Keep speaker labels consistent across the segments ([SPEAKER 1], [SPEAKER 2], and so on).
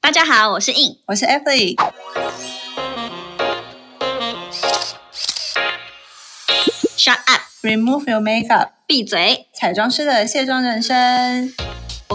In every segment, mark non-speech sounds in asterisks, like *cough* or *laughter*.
[SPEAKER 1] 大家好，我是 In。
[SPEAKER 2] 我是 Emily。
[SPEAKER 1] Shut up，
[SPEAKER 2] Remove your makeup，
[SPEAKER 1] 闭嘴。
[SPEAKER 2] 彩妆师的卸妆人生。
[SPEAKER 1] 我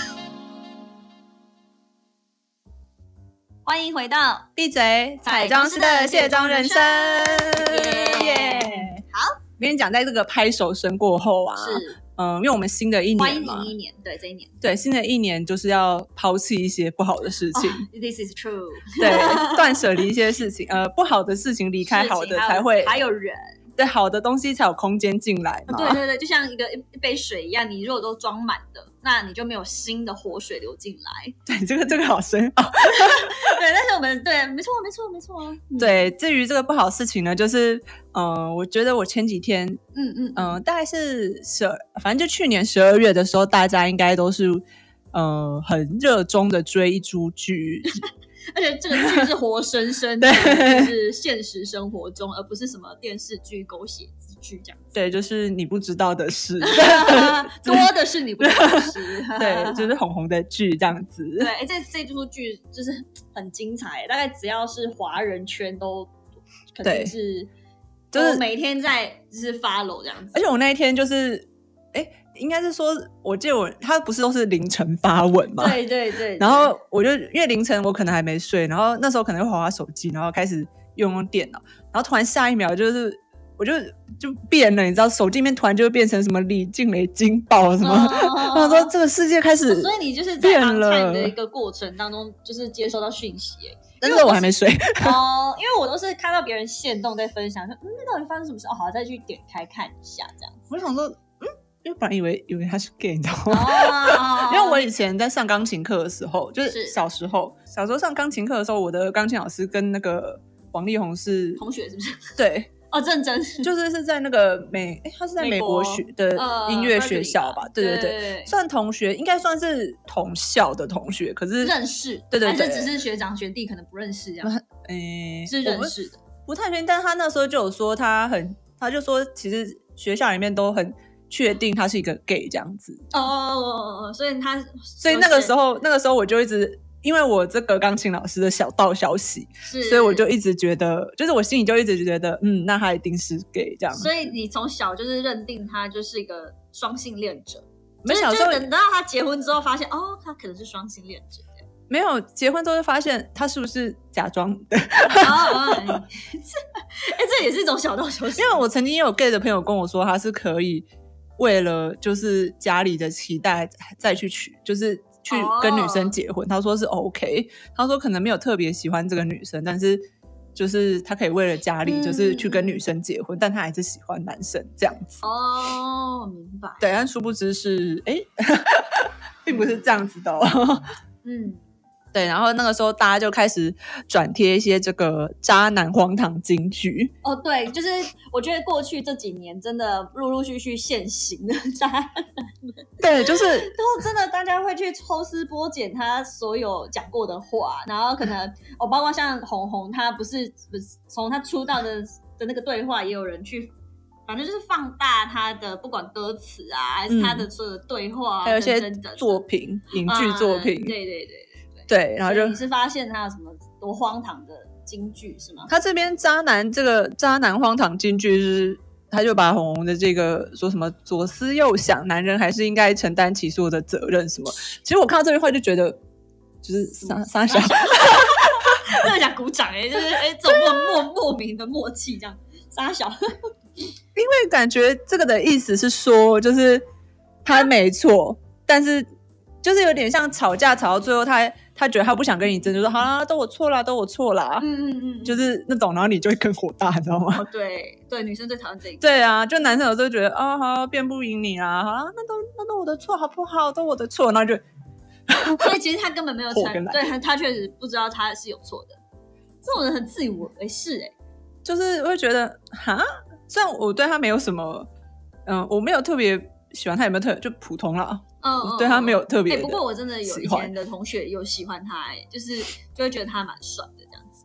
[SPEAKER 1] 欢迎回到
[SPEAKER 2] *laughs* 闭嘴！
[SPEAKER 1] 彩妆师的卸妆人生耶
[SPEAKER 2] 耶！
[SPEAKER 1] 好，
[SPEAKER 2] 我跟你讲，在这个拍手声过后啊，
[SPEAKER 1] 是
[SPEAKER 2] 嗯，因为我们新的一
[SPEAKER 1] 欢
[SPEAKER 2] 年
[SPEAKER 1] 迎
[SPEAKER 2] 嘛
[SPEAKER 1] 零，一年，对这一年
[SPEAKER 2] 对，新的一年就是要抛弃一些不好的事情，
[SPEAKER 1] ，This is true， *laughs*
[SPEAKER 2] 对，断舍离一些事情，呃，不好的事情离开，
[SPEAKER 1] 事情
[SPEAKER 2] 好的
[SPEAKER 1] 还有
[SPEAKER 2] 才会，
[SPEAKER 1] 还有人。
[SPEAKER 2] 对，好的东西才有空间进来嘛。
[SPEAKER 1] 对对对，就像一个一一杯水一样，你如果都装满的，那你就没有新的活水流进来。 *laughs*
[SPEAKER 2] 对，这个这个好深奥。
[SPEAKER 1] 对，但是我们对，没错，没错，没错啊。嗯，
[SPEAKER 2] 对，至于这个不好的事情呢，就是，嗯、我觉得我前几天，
[SPEAKER 1] 嗯嗯
[SPEAKER 2] 嗯、大概是十二，反正就去年十二月的时候，大家应该都是，呃，很热衷的追一出剧，
[SPEAKER 1] 而且这个剧是活生生
[SPEAKER 2] *laughs*
[SPEAKER 1] 的，
[SPEAKER 2] 对
[SPEAKER 1] 就是现实生活中，而不是什么电视剧、狗血之剧
[SPEAKER 2] *laughs*
[SPEAKER 1] 这样子。
[SPEAKER 2] 对，就是你不知道的事，
[SPEAKER 1] 多的是你不认识。
[SPEAKER 2] *laughs* 对，就是红红的剧这样子。
[SPEAKER 1] *laughs* 对，哎，这这出剧就是很精彩，大概只要是华人圈都肯定
[SPEAKER 2] 对
[SPEAKER 1] 是，
[SPEAKER 2] 就是哎
[SPEAKER 1] 都每天在就是 follow 这样子。
[SPEAKER 2] 而且我那一天就是，哎，应该是说，我记得我他不是都是凌晨发文嘛，
[SPEAKER 1] 对对对，
[SPEAKER 2] 然后我就因为凌晨我可能还没睡，然后那时候可能会划划手机，然后开始用用电脑，然后突然下一秒就是我就就变了，你知道，手机里面突然就变成什么李静蕾惊爆什么，然后
[SPEAKER 1] 哦
[SPEAKER 2] 说这个世界开始，
[SPEAKER 1] 所以你就是在
[SPEAKER 2] 变
[SPEAKER 1] on time
[SPEAKER 2] 了
[SPEAKER 1] 的一个过程当中，就是接收到讯息耶。
[SPEAKER 2] 但是我还没睡， *laughs*
[SPEAKER 1] 哦，因为我都是看到别人现动在分享，说嗯，那到底发生什么事？哦，好，再去点开看一下这样。
[SPEAKER 2] 我想说，嗯，因为本来以为以为他是 gay，你知道吗？
[SPEAKER 1] 哦
[SPEAKER 2] *laughs* 因为我以前在上钢琴课的时候，就是是小时候，小时候上钢琴课的时候，我的钢琴老师跟那个王力宏是，
[SPEAKER 1] 同学是不是？
[SPEAKER 2] 对，
[SPEAKER 1] 哦，认真是
[SPEAKER 2] 就是是在那个美，哎、他是在
[SPEAKER 1] 美
[SPEAKER 2] 美
[SPEAKER 1] 国呃
[SPEAKER 2] 国学的音乐学校吧？对
[SPEAKER 1] 对
[SPEAKER 2] 对对，
[SPEAKER 1] 对
[SPEAKER 2] 算同学，应该算是同校的同学，可是
[SPEAKER 1] 认识，
[SPEAKER 2] 对对
[SPEAKER 1] 还是
[SPEAKER 2] 对
[SPEAKER 1] 只是学长学弟可能不认识这样，
[SPEAKER 2] 诶、
[SPEAKER 1] 是
[SPEAKER 2] 我
[SPEAKER 1] 认
[SPEAKER 2] 不
[SPEAKER 1] 识的。
[SPEAKER 2] 不太确定，但是他那时候就有说他很，他就说其实学校里面都很确定他是一个 gay 这样子，
[SPEAKER 1] 哦哦哦哦哦，所以他，所
[SPEAKER 2] 所以那个时候那个时候我就一直。因为我这个钢琴老师的小道消息，
[SPEAKER 1] 是，
[SPEAKER 2] 所以我就一直觉得，就是我心里就一直觉得，嗯，那他一定是 gay 这样。
[SPEAKER 1] 所以你从小就是认定他就是一个双性恋者，
[SPEAKER 2] 我
[SPEAKER 1] 就
[SPEAKER 2] 们
[SPEAKER 1] 是
[SPEAKER 2] 小时
[SPEAKER 1] 就
[SPEAKER 2] 候
[SPEAKER 1] 是等到他结婚之后，发现哦，他可能是双性恋
[SPEAKER 2] *laughs*
[SPEAKER 1] 者。
[SPEAKER 2] 没有结婚之后就发现他是不是假装的，
[SPEAKER 1] 哦，哎，这哎这 *laughs* 也是一种小道消息，
[SPEAKER 2] 因为我曾经也有 gay 的朋友跟我说，他是可以为了就是家里的期待再去娶，就是去跟女生结婚。他说是 OK，他说可能没有特别喜欢这个女生，但是就是他可以为了家里就是去跟女生结婚，但他还是喜欢男生这样子。
[SPEAKER 1] 哦，明白，
[SPEAKER 2] 对，但殊不知是哎， *laughs* 并不是这样子的、哦。
[SPEAKER 1] 嗯，
[SPEAKER 2] *laughs* 对，然后那个时候大家就开始转贴一些这个渣男荒唐金句。
[SPEAKER 1] 哦，对，就是我觉得过去这几年真的陆陆续续现行的渣，然
[SPEAKER 2] 对，就是
[SPEAKER 1] 后真的大家会去抽丝剥茧他所有讲过的话，然后可能哦，包括像红红，她不是不是从她出道的的那个对话，也有人去。反正就是放大她的，不管歌词啊，还是她的所有的对话啊，
[SPEAKER 2] 还有一些
[SPEAKER 1] 等等等等
[SPEAKER 2] 作品、影剧作品，
[SPEAKER 1] 嗯对对对，
[SPEAKER 2] 对，然后
[SPEAKER 1] 啊所以你
[SPEAKER 2] 就是
[SPEAKER 1] 发现他有什么多荒唐的金句是 *laughs* 吗？
[SPEAKER 2] 他这边渣男这个渣男荒唐金句就是，他就把红红的这个说什么左思右想，男人还是应该承担起所有的责任什么。其实我看到这句话就觉得，就是傻傻
[SPEAKER 1] *laughs*
[SPEAKER 2] 小，
[SPEAKER 1] 那想鼓掌哎、就是哎、这种莫莫莫名的默契这样，傻小，
[SPEAKER 2] 因为感觉这个的意思是说，就是他没错，但是就是有点像吵架吵到最后他，他觉得他不想跟你争，就说好啦，都我错啦，都我错啦，
[SPEAKER 1] 嗯嗯嗯，
[SPEAKER 2] 就是是那种，然后你就会更火大，你知道吗？
[SPEAKER 1] 哦对对，女生最讨厌这一个，
[SPEAKER 2] 对啊，就男生有时候觉得啊、好辩不赢你啦，好啊啦，那都那都我的错好不好？都我的错，然后就 *laughs*
[SPEAKER 1] 所以其实他根本没有
[SPEAKER 2] 火
[SPEAKER 1] 承
[SPEAKER 2] 跟，来
[SPEAKER 1] 对他他确实不知道他是有错的，这种人很自以为是哎、
[SPEAKER 2] 就是会觉得哈，虽然我对他没有什么，嗯，我没有特别喜欢他，有没有特就普通啦，
[SPEAKER 1] 嗯，
[SPEAKER 2] 我
[SPEAKER 1] 嗯
[SPEAKER 2] 对他
[SPEAKER 1] 嗯
[SPEAKER 2] 没有特别
[SPEAKER 1] 哎、
[SPEAKER 2] 的
[SPEAKER 1] 不过我真的有以
[SPEAKER 2] 喜欢
[SPEAKER 1] 前的同学有喜欢他、哎，就是就会觉得他蛮帅的这样子。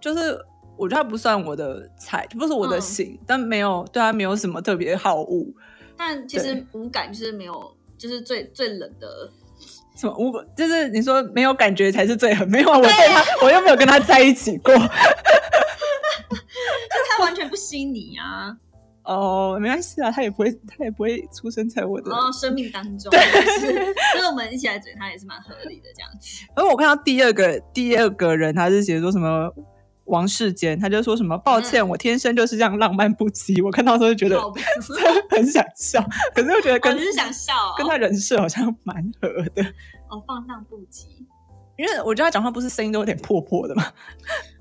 [SPEAKER 2] 就是我觉得他不算我的菜，不是我的
[SPEAKER 1] 嗯
[SPEAKER 2] 型，但没有对他没有什么特别好恶，
[SPEAKER 1] 但其实
[SPEAKER 2] 对
[SPEAKER 1] 五感就是没有，就是最最冷的。
[SPEAKER 2] 什么无就是你说没有感觉才是最狠，没有啊我对他我又没有跟他在一起过
[SPEAKER 1] 他完全不吸你
[SPEAKER 2] *laughs*
[SPEAKER 1] 啊！
[SPEAKER 2] 哦，没关系啊，他也不会他也不会出生在我的。
[SPEAKER 1] 然后生命当中，就是所以我们一起来嘴他也是蛮合理的这样子。
[SPEAKER 2] 而我看到第二个第二个人他是写说什么王世坚，他就说什么抱歉，我天生就是这样浪漫不羁。我看到的时候就觉得
[SPEAKER 1] 好吧，
[SPEAKER 2] 很想笑，可是又觉得
[SPEAKER 1] 我
[SPEAKER 2] *laughs* 跟、
[SPEAKER 1] 只是想笑、哦，
[SPEAKER 2] 跟他人设好像蛮合的，
[SPEAKER 1] 哦放荡不羁
[SPEAKER 2] 因为我觉得他讲话不是声音都有点破破的嘛。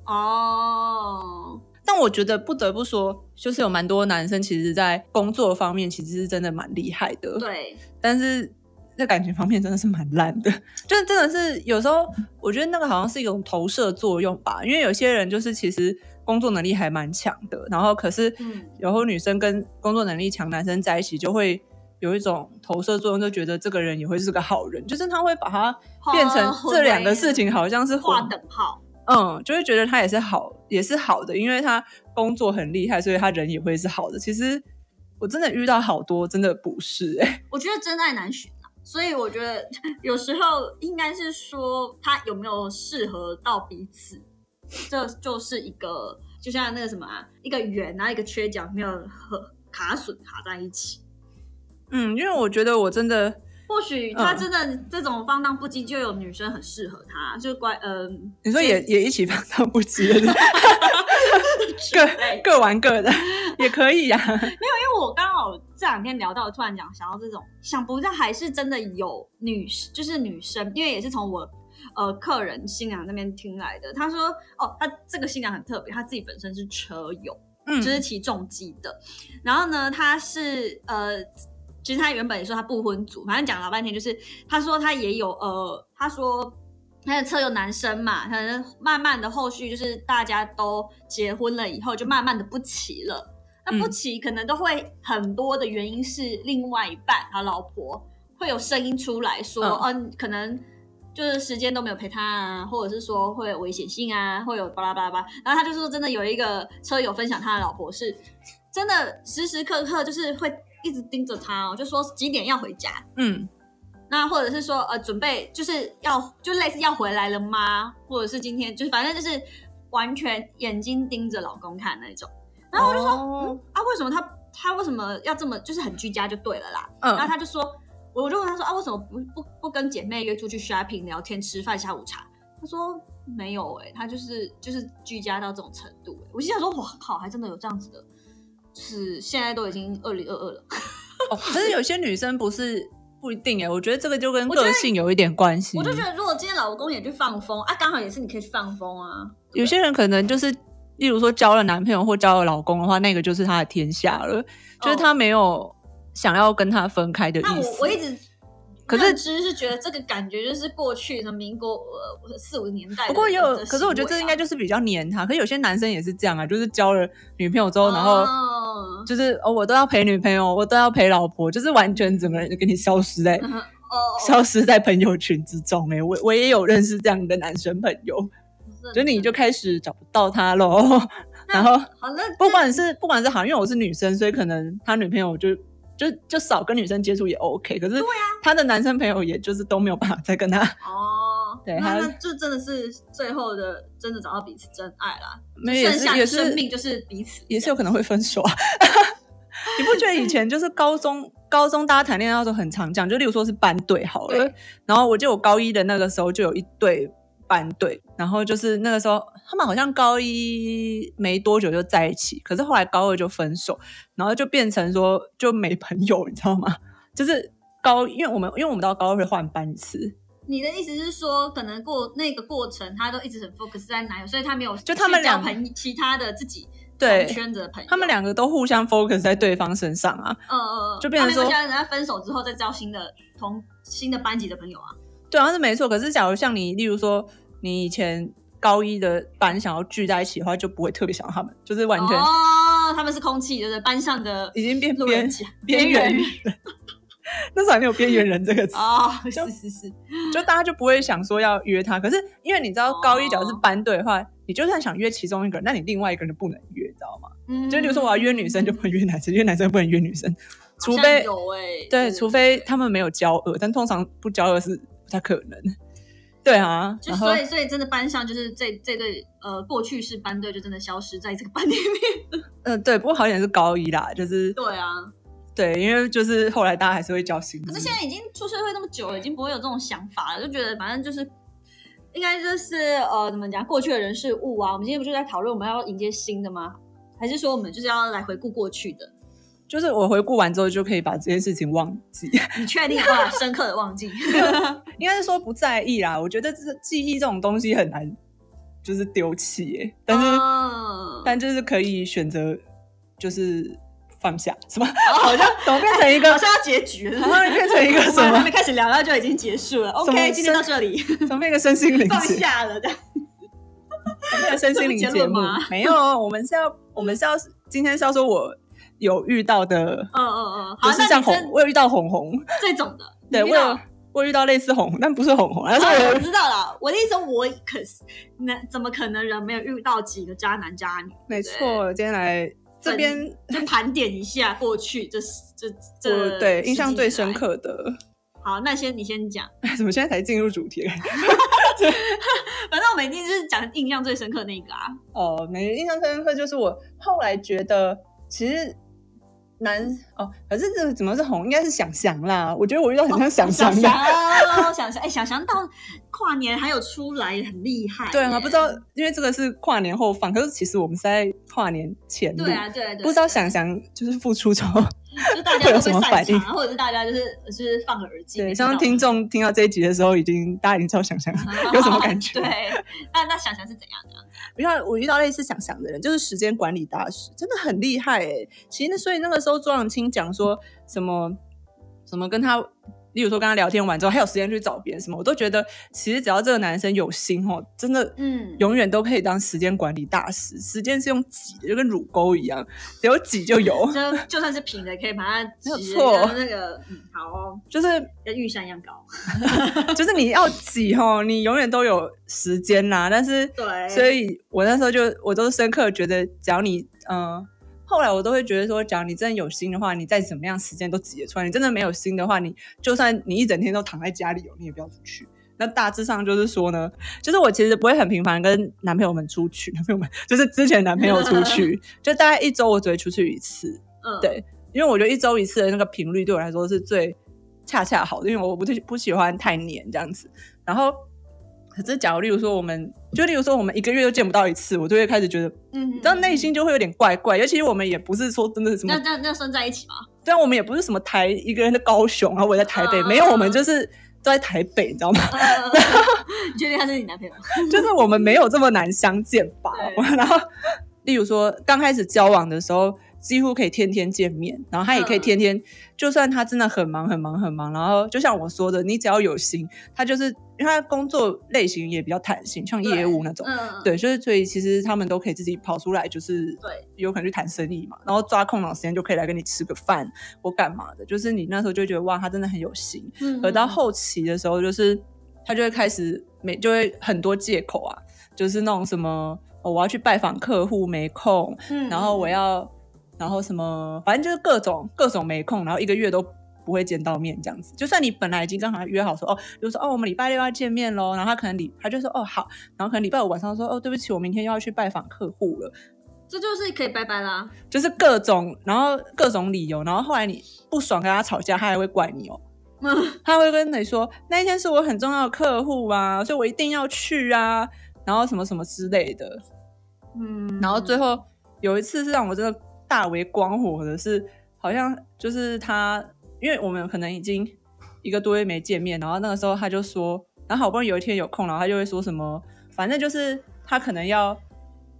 [SPEAKER 1] 哦，
[SPEAKER 2] 但我觉得不得不说，就是有蛮多男生其实，在工作方面其实是真的蛮厉害的，。
[SPEAKER 1] 对，
[SPEAKER 2] 但是在感情方面真的是蛮烂的， *laughs* 就是真的是有时候我觉得那个好像是一种投射作用吧，因为有些人就是其实工作能力还蛮强的，然后可是
[SPEAKER 1] 嗯
[SPEAKER 2] 有时候女生跟工作能力强男生在一起就会。有一种投射作用，就觉得这个人也会是个好人，就是他会把它变成
[SPEAKER 1] 好
[SPEAKER 2] 这两个事情好像是
[SPEAKER 1] 画
[SPEAKER 2] 混
[SPEAKER 1] 等号，
[SPEAKER 2] 嗯，就会觉得他也是好，也是好的，因为他工作很厉害，所以他人也会是好的。其实我真的遇到好多真的不是哎、欸
[SPEAKER 1] 我觉得真爱难寻啊。所以我觉得 *laughs* 有时候应该是说他有没有适合到彼此，这就是一个就像那个什么啊，一个圆啊，一个缺角没有合卡榫卡在一起。
[SPEAKER 2] 嗯，因为我觉得我真的
[SPEAKER 1] 或许他
[SPEAKER 2] 嗯
[SPEAKER 1] 真的这种放荡不羁，就有女生很适合他，就乖，嗯、
[SPEAKER 2] 你说也也一起放荡不羁 *laughs* 的，各
[SPEAKER 1] 类
[SPEAKER 2] 各玩各的也可以啊呀、
[SPEAKER 1] 因为我刚好这两天聊到，突然讲想到这种，想不到还是真的有女，就是女生，因为也是从我呃客人新娘那边听来的。他说，哦，他这个新娘很特别，她自己本身是车友，
[SPEAKER 2] *laughs* 嗯，
[SPEAKER 1] 就是骑重机的。然后呢，他是呃，其实他原本也说他不婚族，反正讲老半天就是，他说他也有呃，他说他的车有男生嘛，可能慢慢的后续就是大家都结婚了以后，就慢慢的不骑了。那不
[SPEAKER 2] 嗯
[SPEAKER 1] 骑可能都会很多的原因是另外一半他老婆会有声音出来说，
[SPEAKER 2] 嗯
[SPEAKER 1] 嗯、可能就是时间都没有陪他啊，或者是说会有危险性啊，会有巴拉巴拉巴拉。然后他就说，真的有一个车友分享他的老婆是真的时时刻刻就是会一直盯着他哦，就说几点要回家，
[SPEAKER 2] 嗯
[SPEAKER 1] 那或者是说呃准备就是要就类似要回来了吗？或者是今天就是反正就是完全眼睛盯着老公看那种。然后我就说、
[SPEAKER 2] 哦
[SPEAKER 1] 啊，为什么他他为什么要这么就是很居家就对了啦？然后
[SPEAKER 2] 嗯，
[SPEAKER 1] 他就说，我我就问他说啊，为什么不不不跟姐妹约出去 shopping 聊天吃饭下午茶？他说没有哎、他就是就是居家到这种程度、欸、我心想说，哇靠，还真的有这样子的，就是现在都已经二零二二了。
[SPEAKER 2] 哦可是有些女生不是不一定哎、我觉得这个就跟
[SPEAKER 1] 我觉得
[SPEAKER 2] 个性有一点关系。
[SPEAKER 1] 我就觉得，如果今天老公也去放风啊，刚好也是你可以去放风啊。对不对
[SPEAKER 2] 有些人可能就是，例如说交了男朋友或交了老公的话，那个就是他的天下了，就是他没有想要跟他分开的
[SPEAKER 1] 但
[SPEAKER 2] 意
[SPEAKER 1] 我
[SPEAKER 2] 思。
[SPEAKER 1] 我一直
[SPEAKER 2] 可是
[SPEAKER 1] 认知是觉得这个感觉就是过去的民国呃四五年代的、
[SPEAKER 2] 不过也有，
[SPEAKER 1] 的
[SPEAKER 2] 可是我觉
[SPEAKER 1] 行
[SPEAKER 2] 得这
[SPEAKER 1] 为
[SPEAKER 2] 应
[SPEAKER 1] 啊
[SPEAKER 2] 该就是比较黏他。可是有些男生也是这样啊，就是交了女朋友之后，然后
[SPEAKER 1] 哦
[SPEAKER 2] 就是哦，我都要陪女朋友，我都要陪老婆，就是完全整个人就给你消失在、
[SPEAKER 1] 嗯哦，
[SPEAKER 2] 消失在朋友群之中、欸。哎，我我也有认识这样的男生朋友，
[SPEAKER 1] 真
[SPEAKER 2] 就
[SPEAKER 1] 的
[SPEAKER 2] 你就开始找不到他喽。然后
[SPEAKER 1] 好那
[SPEAKER 2] 不管是不管是好，因为我是女生，所以可能他女朋友就就就少跟女生接触也 OK。可是
[SPEAKER 1] 啊
[SPEAKER 2] 他的男生朋友也就是都没有办法再跟他
[SPEAKER 1] 哦，
[SPEAKER 2] 对
[SPEAKER 1] 那
[SPEAKER 2] 他
[SPEAKER 1] 那就真的是最后的，真的找到彼此真爱啦。
[SPEAKER 2] 没有
[SPEAKER 1] 剩
[SPEAKER 2] 也是
[SPEAKER 1] 下
[SPEAKER 2] 也
[SPEAKER 1] 的
[SPEAKER 2] 是
[SPEAKER 1] 生命就是彼此，
[SPEAKER 2] 也是有可能会分手啊。 *laughs* 你不觉得以前就是高中高中大家谈恋爱的时候很常讲，就例如说是班队好了
[SPEAKER 1] 对，
[SPEAKER 2] 然后我记得我高一的那个时候就有一对班队，然后就是那个时候他们好像高一没多久就在一起，可是后来高二就分手，然后就变成说就没朋友，你知道吗？ *laughs* 就是高，因为我们因为我们到高二会换班一次，
[SPEAKER 1] 你的意思是说，可能过那个过程，他都一直很 focus 在男友，所以他没有
[SPEAKER 2] 就他们
[SPEAKER 1] 去交
[SPEAKER 2] 两
[SPEAKER 1] 朋其他的自己
[SPEAKER 2] 对
[SPEAKER 1] 同圈子的朋友，
[SPEAKER 2] 他们两个都互相 focus 在对方身上啊，
[SPEAKER 1] 呃呃，
[SPEAKER 2] 就变成说
[SPEAKER 1] 他们人家分手之后再交新的同新的班级的朋友啊，
[SPEAKER 2] 对啊，是没错。可是假如像你，例如说你以前高一的班想要聚在一起的话，就不会特别想他们，就是完全
[SPEAKER 1] 哦，他们是空气，对不对？班上的
[SPEAKER 2] 已经变
[SPEAKER 1] 路
[SPEAKER 2] 边
[SPEAKER 1] 人甲
[SPEAKER 2] 边缘
[SPEAKER 1] 人
[SPEAKER 2] 人。 *laughs* 那时候还没有“边缘人”这个词，
[SPEAKER 1] 哦，
[SPEAKER 2] 就是
[SPEAKER 1] 是是， *laughs*
[SPEAKER 2] 就大家就不会想说要约他。可是因为你知道，高一只要是班队的话，你就算想约其中一个人，那你另外一个人就不能约，知道吗？
[SPEAKER 1] 哦嗯
[SPEAKER 2] 就比如说我要约女生，就不能约男生，约男生不能约女生，
[SPEAKER 1] 好
[SPEAKER 2] 除
[SPEAKER 1] 像
[SPEAKER 2] 非
[SPEAKER 1] 有哎，
[SPEAKER 2] 对，除非他们没有交恶，但通常不交恶是不太可
[SPEAKER 1] *laughs*
[SPEAKER 2] 能。对啊，
[SPEAKER 1] 就
[SPEAKER 2] 然后
[SPEAKER 1] 所以所以真的班上就是这这对呃过去式班队就真的消失在这个班里面。 *laughs*
[SPEAKER 2] 嗯，对，不过好一点是高一啦，就是
[SPEAKER 1] 对啊，
[SPEAKER 2] 对，因为就是后来大家还是会交心。
[SPEAKER 1] 可是现在已经出社会那么久了，已经不会有这种想法了，就觉得反正就是。应该就是呃，怎么讲？过去的人事物啊，我们今天不就在讨论我们要迎接新的吗？还是说我们就是要来回顾过去的？
[SPEAKER 2] 就是我回顾完之后就可以把这件事情忘记， *laughs*
[SPEAKER 1] 你确定有办法深刻的忘记？ *laughs*
[SPEAKER 2] 应该是说不在意啦。我觉得这记忆这种东西很难，就是丢弃耶、但是、
[SPEAKER 1] 嗯
[SPEAKER 2] 但就是可以选择，就是放下，什么？好像怎么变成一个
[SPEAKER 1] 好，像要结局了
[SPEAKER 2] 好。像变成一个什
[SPEAKER 1] 我们还
[SPEAKER 2] 么？
[SPEAKER 1] 没开始聊，到就已经结束了。
[SPEAKER 2] 什么
[SPEAKER 1] OK，今天到这里，
[SPEAKER 2] 怎么变一个身心灵
[SPEAKER 1] 放
[SPEAKER 2] 节？
[SPEAKER 1] 下了，这
[SPEAKER 2] *laughs*
[SPEAKER 1] 样
[SPEAKER 2] 怎么变成身心灵
[SPEAKER 1] 这不是
[SPEAKER 2] 节
[SPEAKER 1] 结论
[SPEAKER 2] 目
[SPEAKER 1] 吗？
[SPEAKER 2] *laughs* 没有，哦我们是要我们是要今天是要说我有遇到的，
[SPEAKER 1] 嗯嗯嗯，好，
[SPEAKER 2] 不是
[SPEAKER 1] 那
[SPEAKER 2] 像
[SPEAKER 1] 你
[SPEAKER 2] 红，
[SPEAKER 1] 真
[SPEAKER 2] 我有遇到红红，
[SPEAKER 1] 这种的，
[SPEAKER 2] 对
[SPEAKER 1] 你
[SPEAKER 2] 我
[SPEAKER 1] 遇到
[SPEAKER 2] 有我有遇到类似红红，但不是红红，但是
[SPEAKER 1] 啊
[SPEAKER 2] 我
[SPEAKER 1] 我知道了。我的意思，我可是那怎么可能人没有遇到几个渣男渣
[SPEAKER 2] *laughs*
[SPEAKER 1] 女？
[SPEAKER 2] 没错，今天来这边
[SPEAKER 1] 就盘点一下过去这这这
[SPEAKER 2] 我对
[SPEAKER 1] 十几
[SPEAKER 2] 印象最
[SPEAKER 1] 年来
[SPEAKER 2] 深。刻的， *laughs* 哎
[SPEAKER 1] 好，那先你先讲，
[SPEAKER 2] 怎么现在才进入主题的感觉？
[SPEAKER 1] 反正我们一定就是讲印象最深刻那个啊。
[SPEAKER 2] 哦，没印象最深刻就是我后来觉得，其实男哦，可是这个怎么是红？应该是想翔啦。我觉得我遇到很像想翔
[SPEAKER 1] 想
[SPEAKER 2] 的，
[SPEAKER 1] 想哦，想想，哎，想想到跨年还有出来，很厉害耶。
[SPEAKER 2] 对啊，不知道，因为这个是跨年后放，可是其实我们是在跨年前录，
[SPEAKER 1] 对啊，对啊对啊，
[SPEAKER 2] 不知道想翔就是付
[SPEAKER 1] *laughs*
[SPEAKER 2] 出之后，
[SPEAKER 1] 就大家
[SPEAKER 2] 会有 *laughs*
[SPEAKER 1] 都
[SPEAKER 2] 什么
[SPEAKER 1] 会散
[SPEAKER 2] 反应
[SPEAKER 1] 场，啊或者是大家就是就是放个耳机，
[SPEAKER 2] 对，
[SPEAKER 1] 你知道
[SPEAKER 2] 相
[SPEAKER 1] 吗
[SPEAKER 2] 信听众听到这一集的时候，已经大家已经知道想
[SPEAKER 1] *laughs*
[SPEAKER 2] 翔有什么感觉。
[SPEAKER 1] 哦对，那那想想是怎样的？
[SPEAKER 2] 遇到我遇到类似想想的人，就是时间管理大师，真的很厉害哎、其实那所以那个时候，周扬青讲说什么什么跟他，例如说跟他聊天完之后，还有时间去找别人什么，我都觉得其实只要这个男生有心哦，真的
[SPEAKER 1] 嗯，，
[SPEAKER 2] 永远都可以当时间管理大师。时间是用挤的，就跟乳沟一样，只有挤就有 *laughs*
[SPEAKER 1] 就就算是平的，也可以把它
[SPEAKER 2] 没有
[SPEAKER 1] 直
[SPEAKER 2] 错
[SPEAKER 1] 跟那个嗯，好哦，
[SPEAKER 2] 就是
[SPEAKER 1] 跟玉山一样高。
[SPEAKER 2] 就是你要挤哦，你永远都有时间啦，但是
[SPEAKER 1] 对，
[SPEAKER 2] 所以我那时候就我都深刻地觉得，只要你嗯、呃后来我都会觉得说，只要你真的有心的话，你再怎么样时间都挤得出来。你真的没有心的话，你就算你一整天都躺在家里哦，你也不要出去。那大致上就是说呢，就是我其实不会很频繁跟男朋友们出去，男朋友们就是之前男朋友出去，就大概一周我只会出去一次，
[SPEAKER 1] 嗯，
[SPEAKER 2] 对因为我觉得一周一次的那个频率对我来说是最恰恰好的，因为我不不喜欢太黏这样子。然后，可是假如例如说我们，就例如说我们一个月都见不到一次，我就会开始觉得，
[SPEAKER 1] 嗯，嗯，
[SPEAKER 2] 你知道内心就会有点怪怪。尤其是我们也不是说真的什
[SPEAKER 1] 那
[SPEAKER 2] 么，
[SPEAKER 1] 那那算在一
[SPEAKER 2] *laughs*
[SPEAKER 1] 起吗？
[SPEAKER 2] 虽然我们也不是什么台一个人的高雄，然后我也在台北，
[SPEAKER 1] 嗯
[SPEAKER 2] 没有，我们就是都在台北，你知道吗？
[SPEAKER 1] 呃你确定他是你男
[SPEAKER 2] *laughs*
[SPEAKER 1] 朋友？ *laughs*
[SPEAKER 2] 就是我们没有这么难相见吧
[SPEAKER 1] 对。
[SPEAKER 2] *laughs* 然后，例如说刚开始交往的时候，几乎可以天天见面，然后他也可以
[SPEAKER 1] 嗯
[SPEAKER 2] 天天，就算他真的很忙很忙很忙，然后就像我说的，你只要有心，他就是因为他工作类型也比较弹性，像业务那种。
[SPEAKER 1] 嗯，
[SPEAKER 2] 对，就是所以其实他们都可以自己跑出来，就是
[SPEAKER 1] 对
[SPEAKER 2] 有可能去谈生意嘛，然后抓空档时间就可以来跟你吃个饭或干嘛的，就是你那时候就会觉得哇，他真的很有心。
[SPEAKER 1] 嗯，
[SPEAKER 2] 可到
[SPEAKER 1] 嗯，
[SPEAKER 2] 后期的时候，就是他就会开始每就会很多借口啊，就是那种什么、哦我要去拜访客户没空，
[SPEAKER 1] 嗯
[SPEAKER 2] 然后我要，然后什么，反正就是各种各种没空，然后一个月都不会见到面这样子。就算你本来已经刚好约好说哦，比如说哦我们礼拜六要见面喽，然后他可能礼他就说哦好，然后可能礼拜五晚上说哦对不起，我明天又要去拜访客户了。
[SPEAKER 1] 这就是可以拜拜啦。
[SPEAKER 2] 就是各种，然后各种理由，然后后来你不爽跟他吵架，他还会怪你哦。
[SPEAKER 1] 嗯，
[SPEAKER 2] 他会跟你说那一天是我很重要的客户啊，所以我一定要去啊，然后什么什么之类的。
[SPEAKER 1] 嗯
[SPEAKER 2] 然后最后有一次是让我真的大为光火的是，好像就是他，因为我们可能已经一个多月没见面，然后那个时候他就说，然后好不容易有一天有空，然后他就会说什么，反正就是他可能要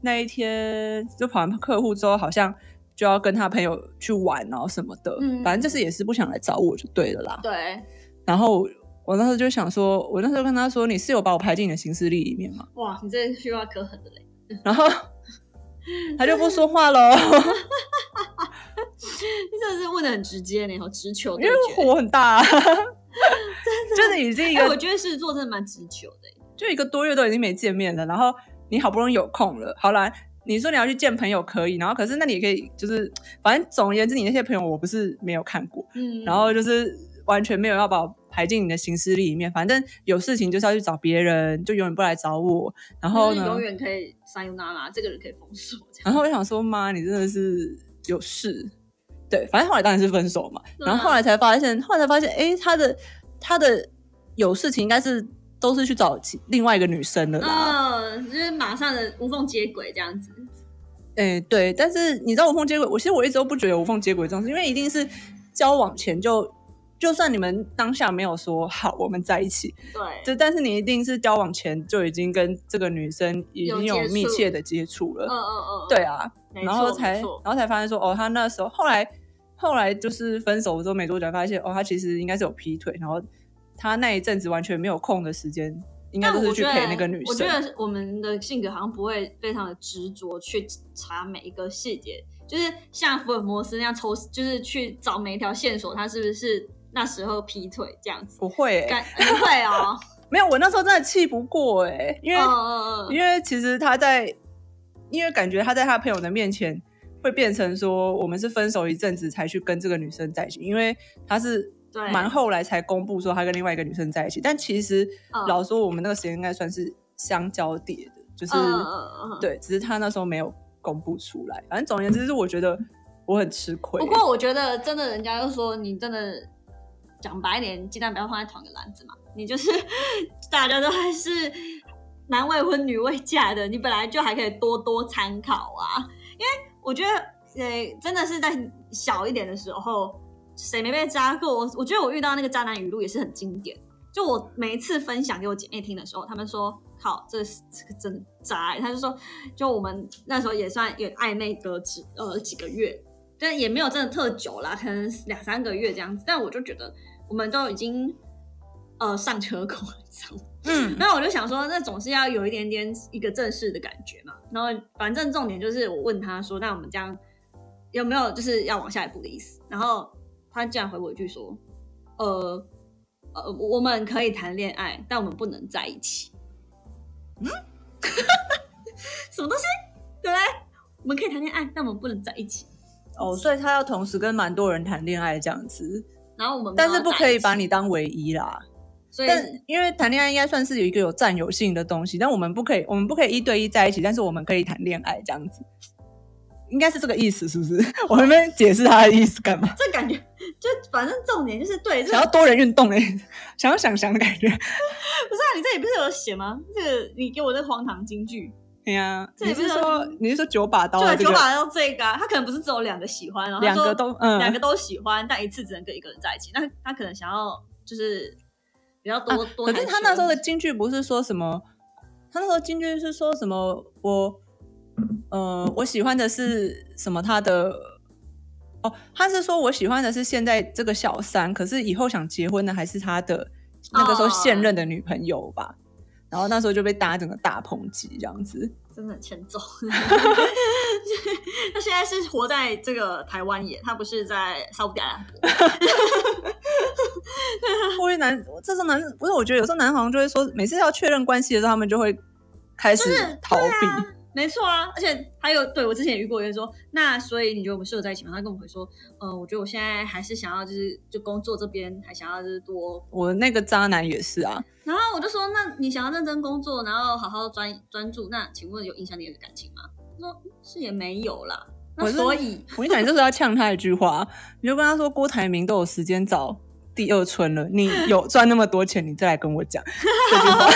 [SPEAKER 2] 那一天就跑完客户之后，好像就要跟他朋友去玩，然后什么的，
[SPEAKER 1] 嗯
[SPEAKER 2] 反正就是也是不想来找我就对了啦。
[SPEAKER 1] 对，
[SPEAKER 2] 然后我那时候就想说，我那时候跟他说，你是有把我排进你的行事历里面吗？
[SPEAKER 1] 哇，你这句话可狠的嘞！
[SPEAKER 2] 然后 *laughs* 他就不说话喽，
[SPEAKER 1] *laughs* 你真的是问的很直接呢，好直球
[SPEAKER 2] 因
[SPEAKER 1] 对
[SPEAKER 2] 为
[SPEAKER 1] 决。
[SPEAKER 2] 火很大、
[SPEAKER 1] *laughs*
[SPEAKER 2] 啊，就是已经一
[SPEAKER 1] 哎，我
[SPEAKER 2] 个
[SPEAKER 1] 觉得狮子座真的蛮直球的。
[SPEAKER 2] 就一个多月都已经没见面了，然后你好不容易有空了，好啦，你说你要去见朋友可以，然后可是那你也可以就是，反正总而言之，你那些朋友我不是没有看过，
[SPEAKER 1] 嗯，
[SPEAKER 2] *laughs* 然后就是完全没有要把我排进你的行事历里面，反正有事情就是要去找别人，就永远不来找我，然后
[SPEAKER 1] 就是嗯
[SPEAKER 2] 呢，
[SPEAKER 1] 永远可以 sayonara，这个人可以封锁这样。
[SPEAKER 2] *laughs* 然后我想说，妈，你真的是有事。对，反正后来当然是分手嘛。
[SPEAKER 1] 对啊
[SPEAKER 2] 然后后来才发现，后来才发现，哎，他的他的有事情应该是都是去找其另外一个女生的啦。
[SPEAKER 1] 嗯，就是马上的无缝接轨这样子。
[SPEAKER 2] 哎、对。但是你知道无缝接轨，我其实我一直都不觉得无缝接轨这种事，因为一定是交往前就，就算你们当下没有说好我们在一起，
[SPEAKER 1] 对，
[SPEAKER 2] 就但是你一定是交往前就已经跟这个女生已经
[SPEAKER 1] 有
[SPEAKER 2] 有
[SPEAKER 1] 接触
[SPEAKER 2] 密切的接触
[SPEAKER 1] 嗯
[SPEAKER 2] 了。
[SPEAKER 1] 嗯嗯，
[SPEAKER 2] 对啊，
[SPEAKER 1] 没错，
[SPEAKER 2] 然后才
[SPEAKER 1] 没
[SPEAKER 2] 然
[SPEAKER 1] 错
[SPEAKER 2] 后才发现说，哦，他那时候后来后来就是分手之后没多久，发现哦，他其实应该是有劈腿，然后他那一阵子完全没有空的时间，应该
[SPEAKER 1] 但
[SPEAKER 2] 都
[SPEAKER 1] 我
[SPEAKER 2] 是去
[SPEAKER 1] 觉得，
[SPEAKER 2] 陪那个女
[SPEAKER 1] 我觉
[SPEAKER 2] 生。
[SPEAKER 1] 得我们的性格好像不会非常的执着去查每一个细节，就是像福尔摩斯那样抽，就是去找每一条线索，他是不是那时候劈腿这样子？
[SPEAKER 2] 不会、欸，
[SPEAKER 1] 感你会哦，
[SPEAKER 2] 没有，我那时候真的气不过哎、 *laughs* 因为、
[SPEAKER 1] 嗯嗯嗯，
[SPEAKER 2] 因为其实他在，因为感觉他在他朋友的面前会变成说，我们是分手一阵子才去跟这个女生在一起，因为他是
[SPEAKER 1] 对
[SPEAKER 2] 蛮后来才公布说他跟另外一个女生在一起，但其实、
[SPEAKER 1] 嗯
[SPEAKER 2] 老实说我们那个时间应该算是相交叠的，就是、
[SPEAKER 1] 嗯嗯嗯嗯。
[SPEAKER 2] 对，只是他那时候没有公布出来。反正总而言之，是我觉得我很吃亏。
[SPEAKER 1] 不过我觉得真的，人家就说你真的讲白一点，鸡蛋不要放在同一个篮子嘛。你就是 *laughs* 大家都还是男未婚女未嫁的，你本来就还可以多多参考啊。因为我觉得，呃，真的是在小一点的时候，谁没被渣过？我我觉得我遇到那个渣男语录也是很经典。就我每一次分享给我姐妹听的时候，她们说：“靠，这是这个真的渣、欸。”她就说：“就我们那时候也算有暧昧个几呃几个月，但也没有真的特久啦，可能两三个月这样子。但我就觉得我们都已经呃上车过了，你知道吗？ *laughs*
[SPEAKER 2] 嗯，
[SPEAKER 1] 那我就想说，那总是要有一点点一个正式的感觉嘛。然后反正重点就是我问他说，那我们这样有没有就是要往下一步的意思？然后他竟然回我一句说，呃呃，我们可以谈恋爱，但我们不能在一起。嗯， *laughs* 什么东西？对不对？我们可以谈恋爱，但我们不能在一起。
[SPEAKER 2] 哦，所以他要同时跟蛮多人谈恋爱这样子，
[SPEAKER 1] 然后我们没有
[SPEAKER 2] 但是不
[SPEAKER 1] 在
[SPEAKER 2] 可以
[SPEAKER 1] 一起
[SPEAKER 2] 把，你当唯一啦。
[SPEAKER 1] 所以
[SPEAKER 2] 但因为谈恋爱应该算是有一个有占有性的东西，但我们不可以，我们不可以一对一在一起，但是我们可以谈恋爱这样子。应该是这个意思，是
[SPEAKER 1] *laughs*
[SPEAKER 2] 不是？我还没解释他的意思干嘛？
[SPEAKER 1] 这感觉 *laughs* 就反正重点就是对，这
[SPEAKER 2] 想要多人运动哎、想要想想的感觉。
[SPEAKER 1] 不是啊？你这里不是有写吗？这个你给我这荒唐金句，
[SPEAKER 2] 对哎呀、
[SPEAKER 1] 这
[SPEAKER 2] 你
[SPEAKER 1] 也不
[SPEAKER 2] 是
[SPEAKER 1] 是
[SPEAKER 2] 说你是说九把刀的
[SPEAKER 1] 对，
[SPEAKER 2] 哦这
[SPEAKER 1] 九
[SPEAKER 2] 个？
[SPEAKER 1] 把要这个、啊，他可能不是只有两个喜欢，然后他
[SPEAKER 2] 两
[SPEAKER 1] 说
[SPEAKER 2] 个都嗯，
[SPEAKER 1] 两个都喜欢，但一次只能跟一个人在一起。那他可能想要就是比较多、多
[SPEAKER 2] 啊可
[SPEAKER 1] 男
[SPEAKER 2] 是
[SPEAKER 1] 选，
[SPEAKER 2] 他那时候的京剧不是说什么？他那时候京剧是说什么？我，呃，我喜欢的是什么？他的哦，他是说我喜欢的是现在这个小三，可是以后想结婚的还是他的那个时候现任的女朋友吧。然后那时候就被大家整个大抨击这
[SPEAKER 1] *laughs*
[SPEAKER 2] 样子。
[SPEAKER 1] 真的很欠揍。他现在是活在这个台湾也，他不是在沙特阿拉伯。
[SPEAKER 2] 或者男，这时候男不是？我觉得有时候男好像就会说，每次要确认关系的时候，他们就会开始
[SPEAKER 1] 就是啊
[SPEAKER 2] 逃避。
[SPEAKER 1] 没错啊，而且还有对我之前也遇过，有人说，那所以你觉得我们适合在一起吗？他跟我回说，嗯、我觉得我现在还是想要就是就工作这边还想要就是多，
[SPEAKER 2] 我那个渣男也是啊，
[SPEAKER 1] 然后我就说，那你想要认真工作，然后好好专专注，那请问有影响你的感情吗？他说嗯是也没有啦，那
[SPEAKER 2] 我是
[SPEAKER 1] 所以
[SPEAKER 2] 我跟你讲，你就是要呛他一句话，你就跟他说郭台铭都有时间找第二春了，你
[SPEAKER 1] *laughs*
[SPEAKER 2] 有赚那么多钱，你再来跟我讲这句话。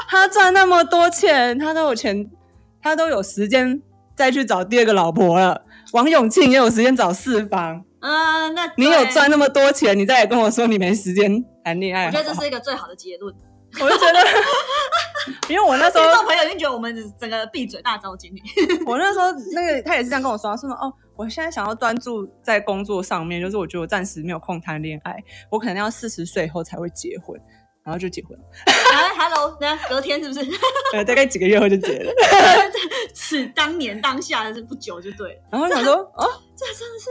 [SPEAKER 2] *laughs* 他赚那么多钱，他都有钱，他都有时间再去找第二个老婆了。王永庆也有时间找四房，
[SPEAKER 1] 啊、那对
[SPEAKER 2] 你有赚，那么多钱，你再来跟我说你没时间谈恋爱
[SPEAKER 1] 我
[SPEAKER 2] 好不
[SPEAKER 1] 觉
[SPEAKER 2] 好。
[SPEAKER 1] 得这是一个最好的结论。
[SPEAKER 2] 我就觉得， *laughs* 因为我那时
[SPEAKER 1] *laughs* 听 *laughs*
[SPEAKER 2] 候
[SPEAKER 1] 众朋友已经觉得我们整个闭嘴大招今天，
[SPEAKER 2] *laughs* 我那时候那个他也是这样跟我说，他说什么哦，我现在想要专注在工作上面，就是我觉得我暂时没有空谈恋爱，我可能要四十岁以后才会结婚，然后就结婚 *laughs* 了，
[SPEAKER 1] 啊，Hello，那隔天是不是？ *laughs*
[SPEAKER 2] 呃，大概几个月后就结了。
[SPEAKER 1] 此当年当下是不久就对了，
[SPEAKER 2] 然后想说，哦，
[SPEAKER 1] 这真的是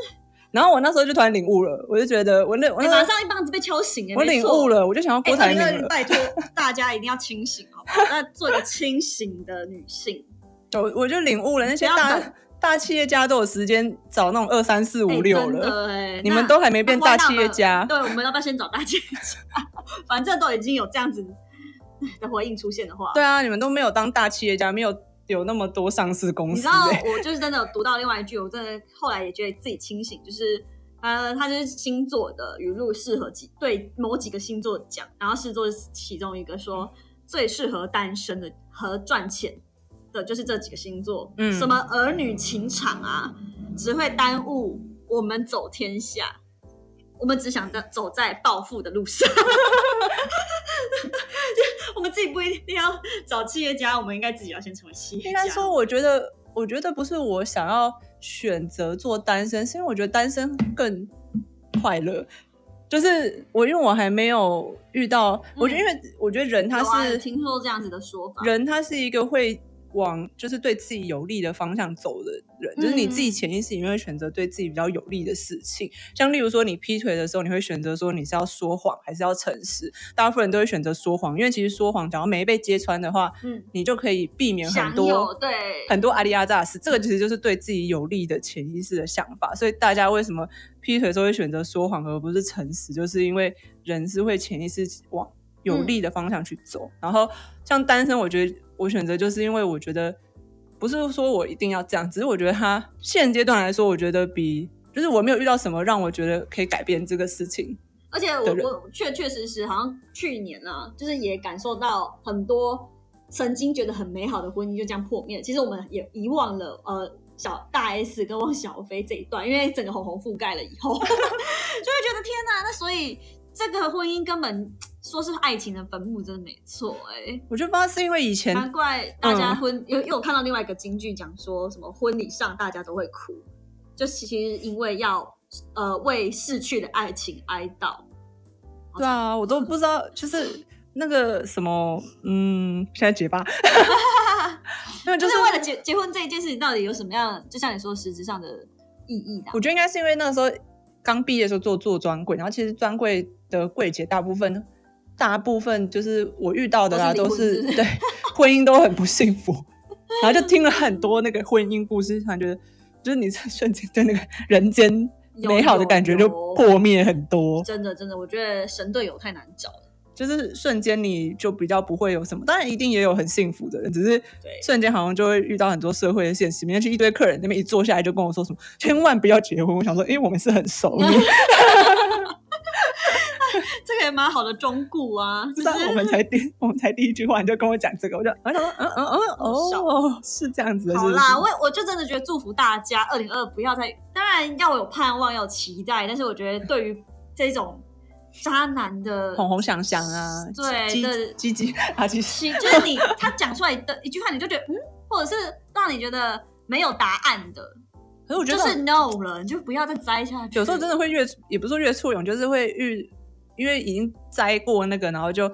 [SPEAKER 2] 然后我那时候就突然领悟了，我就觉得我那我
[SPEAKER 1] 你
[SPEAKER 2] 那
[SPEAKER 1] 哎马
[SPEAKER 2] 时候
[SPEAKER 1] 上一棒子被敲醒哎、
[SPEAKER 2] 我领悟
[SPEAKER 1] 了。
[SPEAKER 2] 了，我就想要
[SPEAKER 1] 哎，
[SPEAKER 2] 郭
[SPEAKER 1] 二
[SPEAKER 2] 台
[SPEAKER 1] 零二
[SPEAKER 2] 铭
[SPEAKER 1] 零，
[SPEAKER 2] 了。
[SPEAKER 1] 拜托大家一定要清醒，好不好？那做一个清醒的女性，
[SPEAKER 2] 我我就领悟了，那些
[SPEAKER 1] 不要
[SPEAKER 2] 大
[SPEAKER 1] 等
[SPEAKER 2] 大企业家都有时间找那种二三四
[SPEAKER 1] 哎
[SPEAKER 2] *laughs* 五六
[SPEAKER 1] 真
[SPEAKER 2] 了，
[SPEAKER 1] 的哎，
[SPEAKER 2] 你
[SPEAKER 1] 那
[SPEAKER 2] 们都还没变大企业
[SPEAKER 1] 那
[SPEAKER 2] 家。
[SPEAKER 1] 对，我们要不要先找大企业家？ *laughs* 反正都已经有这样子的回应出现的话，
[SPEAKER 2] 对啊，你们都没有当大企业家，没有有那么多上市公
[SPEAKER 1] 你知
[SPEAKER 2] 司、
[SPEAKER 1] 道
[SPEAKER 2] 欸。
[SPEAKER 1] 我就是真的有读到另外一句，我真的后来也觉得自己清醒，就是呃，它就是星座的语录适合几对某几个星座讲，然后是座是其中一个说
[SPEAKER 2] 嗯
[SPEAKER 1] 最适合单身的和赚钱的，就是这几个星座，
[SPEAKER 2] 嗯
[SPEAKER 1] 什么儿女情长啊，只会耽误我们走天下。我们只想在走在暴富的路上， *laughs* 我们自己不一定要找企业家，我们应该自己要先成为企业家。
[SPEAKER 2] 应该说，我觉得，我觉得不是我想要选择做单身，是因为我觉得单身更快乐。就是我，因为我还没有遇到，我觉得，因为我觉得人他
[SPEAKER 1] 嗯有啊
[SPEAKER 2] 是、
[SPEAKER 1] 听说这样子的说法，
[SPEAKER 2] 人他是一个会往就是对自己有利的方向走的人，就是你自己
[SPEAKER 1] 嗯
[SPEAKER 2] 潜意识里面会选择对自己比较有利的事情，像例如说你劈腿的时候，你会选择说你是要说谎还是要诚实，大部分人都会选择说谎，因为其实说谎，只要没被揭穿的话，
[SPEAKER 1] 嗯，
[SPEAKER 2] 你就可以避免很
[SPEAKER 1] 享
[SPEAKER 2] 多
[SPEAKER 1] 有对，
[SPEAKER 2] 很多阿里阿扎斯，这个其实就是对自己有利的潜意识的想法。所以大家为什么劈腿的时候会选择说谎而不是诚实，就是因为人是会潜意识往有利的方向去走。然后像单身，我觉得我选择就是因为我觉得不是说我一定要这样，只是我觉得他现阶段来说，我觉得比就是我没有遇到什么让我觉得可以改变这个事情。
[SPEAKER 1] 而且
[SPEAKER 2] 的
[SPEAKER 1] 我
[SPEAKER 2] 人
[SPEAKER 1] 我确确实实好像去年啊，就是也感受到很多曾经觉得很美好的婚姻就这样破灭。其实我们也遗忘了呃小大 S 跟汪小菲这一段，因为整个红红覆盖了以后，就会 *laughs* 觉得天哪，那所以这个婚姻根本说是爱情的坟墓，真的没错哎、
[SPEAKER 2] 我就不知道是因为以前
[SPEAKER 1] 难怪大家婚，因为因为我看到另外一个京剧讲说什么婚礼上大家都会哭，就其实因为要呃为逝去的爱情哀悼。
[SPEAKER 2] 对啊，我都不知道，就是那个什么，嗯，现在
[SPEAKER 1] *laughs*
[SPEAKER 2] 结巴，没有，
[SPEAKER 1] 就
[SPEAKER 2] 就是
[SPEAKER 1] 是为了结结婚这一件事情到底有什么样，就像你说实质上的意义的啊、
[SPEAKER 2] 我觉得应该是因为那个时候刚毕业的时候做做专柜，然后其实专柜的柜姐大部分大部分就是我遇到的啦，
[SPEAKER 1] 都
[SPEAKER 2] 都
[SPEAKER 1] 是离婚是不
[SPEAKER 2] 是
[SPEAKER 1] 是
[SPEAKER 2] 对婚姻都很不幸福，然后就听了很多那个婚姻故事，突然觉得就是你这瞬间对那个人间
[SPEAKER 1] 有
[SPEAKER 2] *laughs* 美好的感觉
[SPEAKER 1] 有
[SPEAKER 2] 就
[SPEAKER 1] 有
[SPEAKER 2] 破灭很多。
[SPEAKER 1] 真的真的，我觉得神队友太难找了。
[SPEAKER 2] 就是瞬间你就比较不会有什么，当然一定也有很幸福的人，只是
[SPEAKER 1] 对
[SPEAKER 2] 瞬间好像就会遇到很多社会的现实。明天去一堆客人那边一坐下来就跟我说什么千万不要结婚，我想说，因为我们是很熟，
[SPEAKER 1] *laughs*
[SPEAKER 2] 你
[SPEAKER 1] 这个也蛮好的忠固啊，
[SPEAKER 2] 知
[SPEAKER 1] 就
[SPEAKER 2] 道
[SPEAKER 1] 是
[SPEAKER 2] 我们才第我们才第一句话你就跟我讲这个，我就我想说嗯嗯嗯哦，是这样子的，是
[SPEAKER 1] 好
[SPEAKER 2] 不是
[SPEAKER 1] 啦，我我就真的觉得祝福大家，二零二不要再，当然要有盼望，要有期待，但是我觉得对于这种渣男的
[SPEAKER 2] 红红想想啊，
[SPEAKER 1] 对
[SPEAKER 2] 鸡
[SPEAKER 1] 对
[SPEAKER 2] 鸡鸡啊鸡，
[SPEAKER 1] 其就是你他讲出来的一句话，你就觉得嗯，或者是让你觉得没有答案的，
[SPEAKER 2] 可是我觉
[SPEAKER 1] 就
[SPEAKER 2] 得这种
[SPEAKER 1] 是 no 了，你就不要再栽下去。
[SPEAKER 2] 有时候真的会越，也不是说越触勇，就是会遇，因为已经栽过那个，然后就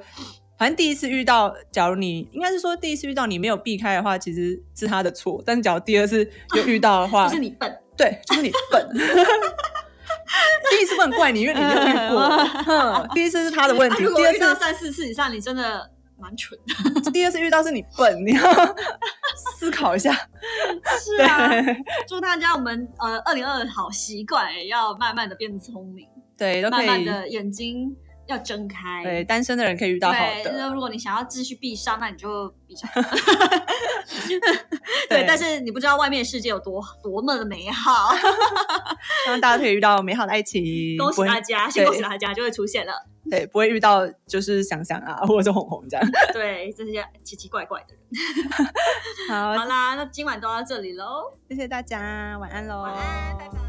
[SPEAKER 2] 反正第一次遇到，假如你应该是说第一次遇到你没有避开的话，其实是他的错，但是假如第二次就遇到的话，
[SPEAKER 1] *laughs* 就是你笨，
[SPEAKER 2] 对，就是你笨。 *laughs* 第一次不能怪你，因为你没有遇过。哼，第一次是他的问
[SPEAKER 1] 嗯啊
[SPEAKER 2] 题，
[SPEAKER 1] 如
[SPEAKER 2] 第
[SPEAKER 1] 果
[SPEAKER 2] 二
[SPEAKER 1] 遇到
[SPEAKER 2] 次
[SPEAKER 1] 三四次以上，你真的蛮蠢的。
[SPEAKER 2] 第二次遇到是你笨，
[SPEAKER 1] *laughs*
[SPEAKER 2] 你要思考一下。
[SPEAKER 1] 是
[SPEAKER 2] 对
[SPEAKER 1] 啊，祝大家我们呃二零二好习惯也要慢慢的变聪明，
[SPEAKER 2] 对，都可
[SPEAKER 1] 慢慢
[SPEAKER 2] 以。
[SPEAKER 1] 的眼睛要睁开。
[SPEAKER 2] 对，单身的人可以遇到好
[SPEAKER 1] 对，那
[SPEAKER 2] 的。
[SPEAKER 1] 如果你想要继续闭上，那你就闭
[SPEAKER 2] *laughs*
[SPEAKER 1] 上。 *laughs*
[SPEAKER 2] 对
[SPEAKER 1] 对，但是你不知道外面世界有多多么的美好。
[SPEAKER 2] 希望大家可以遇到美好的爱情。
[SPEAKER 1] 恭
[SPEAKER 2] 不
[SPEAKER 1] 喜
[SPEAKER 2] 会
[SPEAKER 1] 大家，先恭喜大家就会出现了。
[SPEAKER 2] 对，不会遇到就是想想啊，或者是红红这样。
[SPEAKER 1] 对，这些奇奇怪怪的人。
[SPEAKER 2] 好
[SPEAKER 1] 好啦，那今晚都到这里喽，
[SPEAKER 2] 谢谢大家，晚安喽，
[SPEAKER 1] 晚安，拜拜。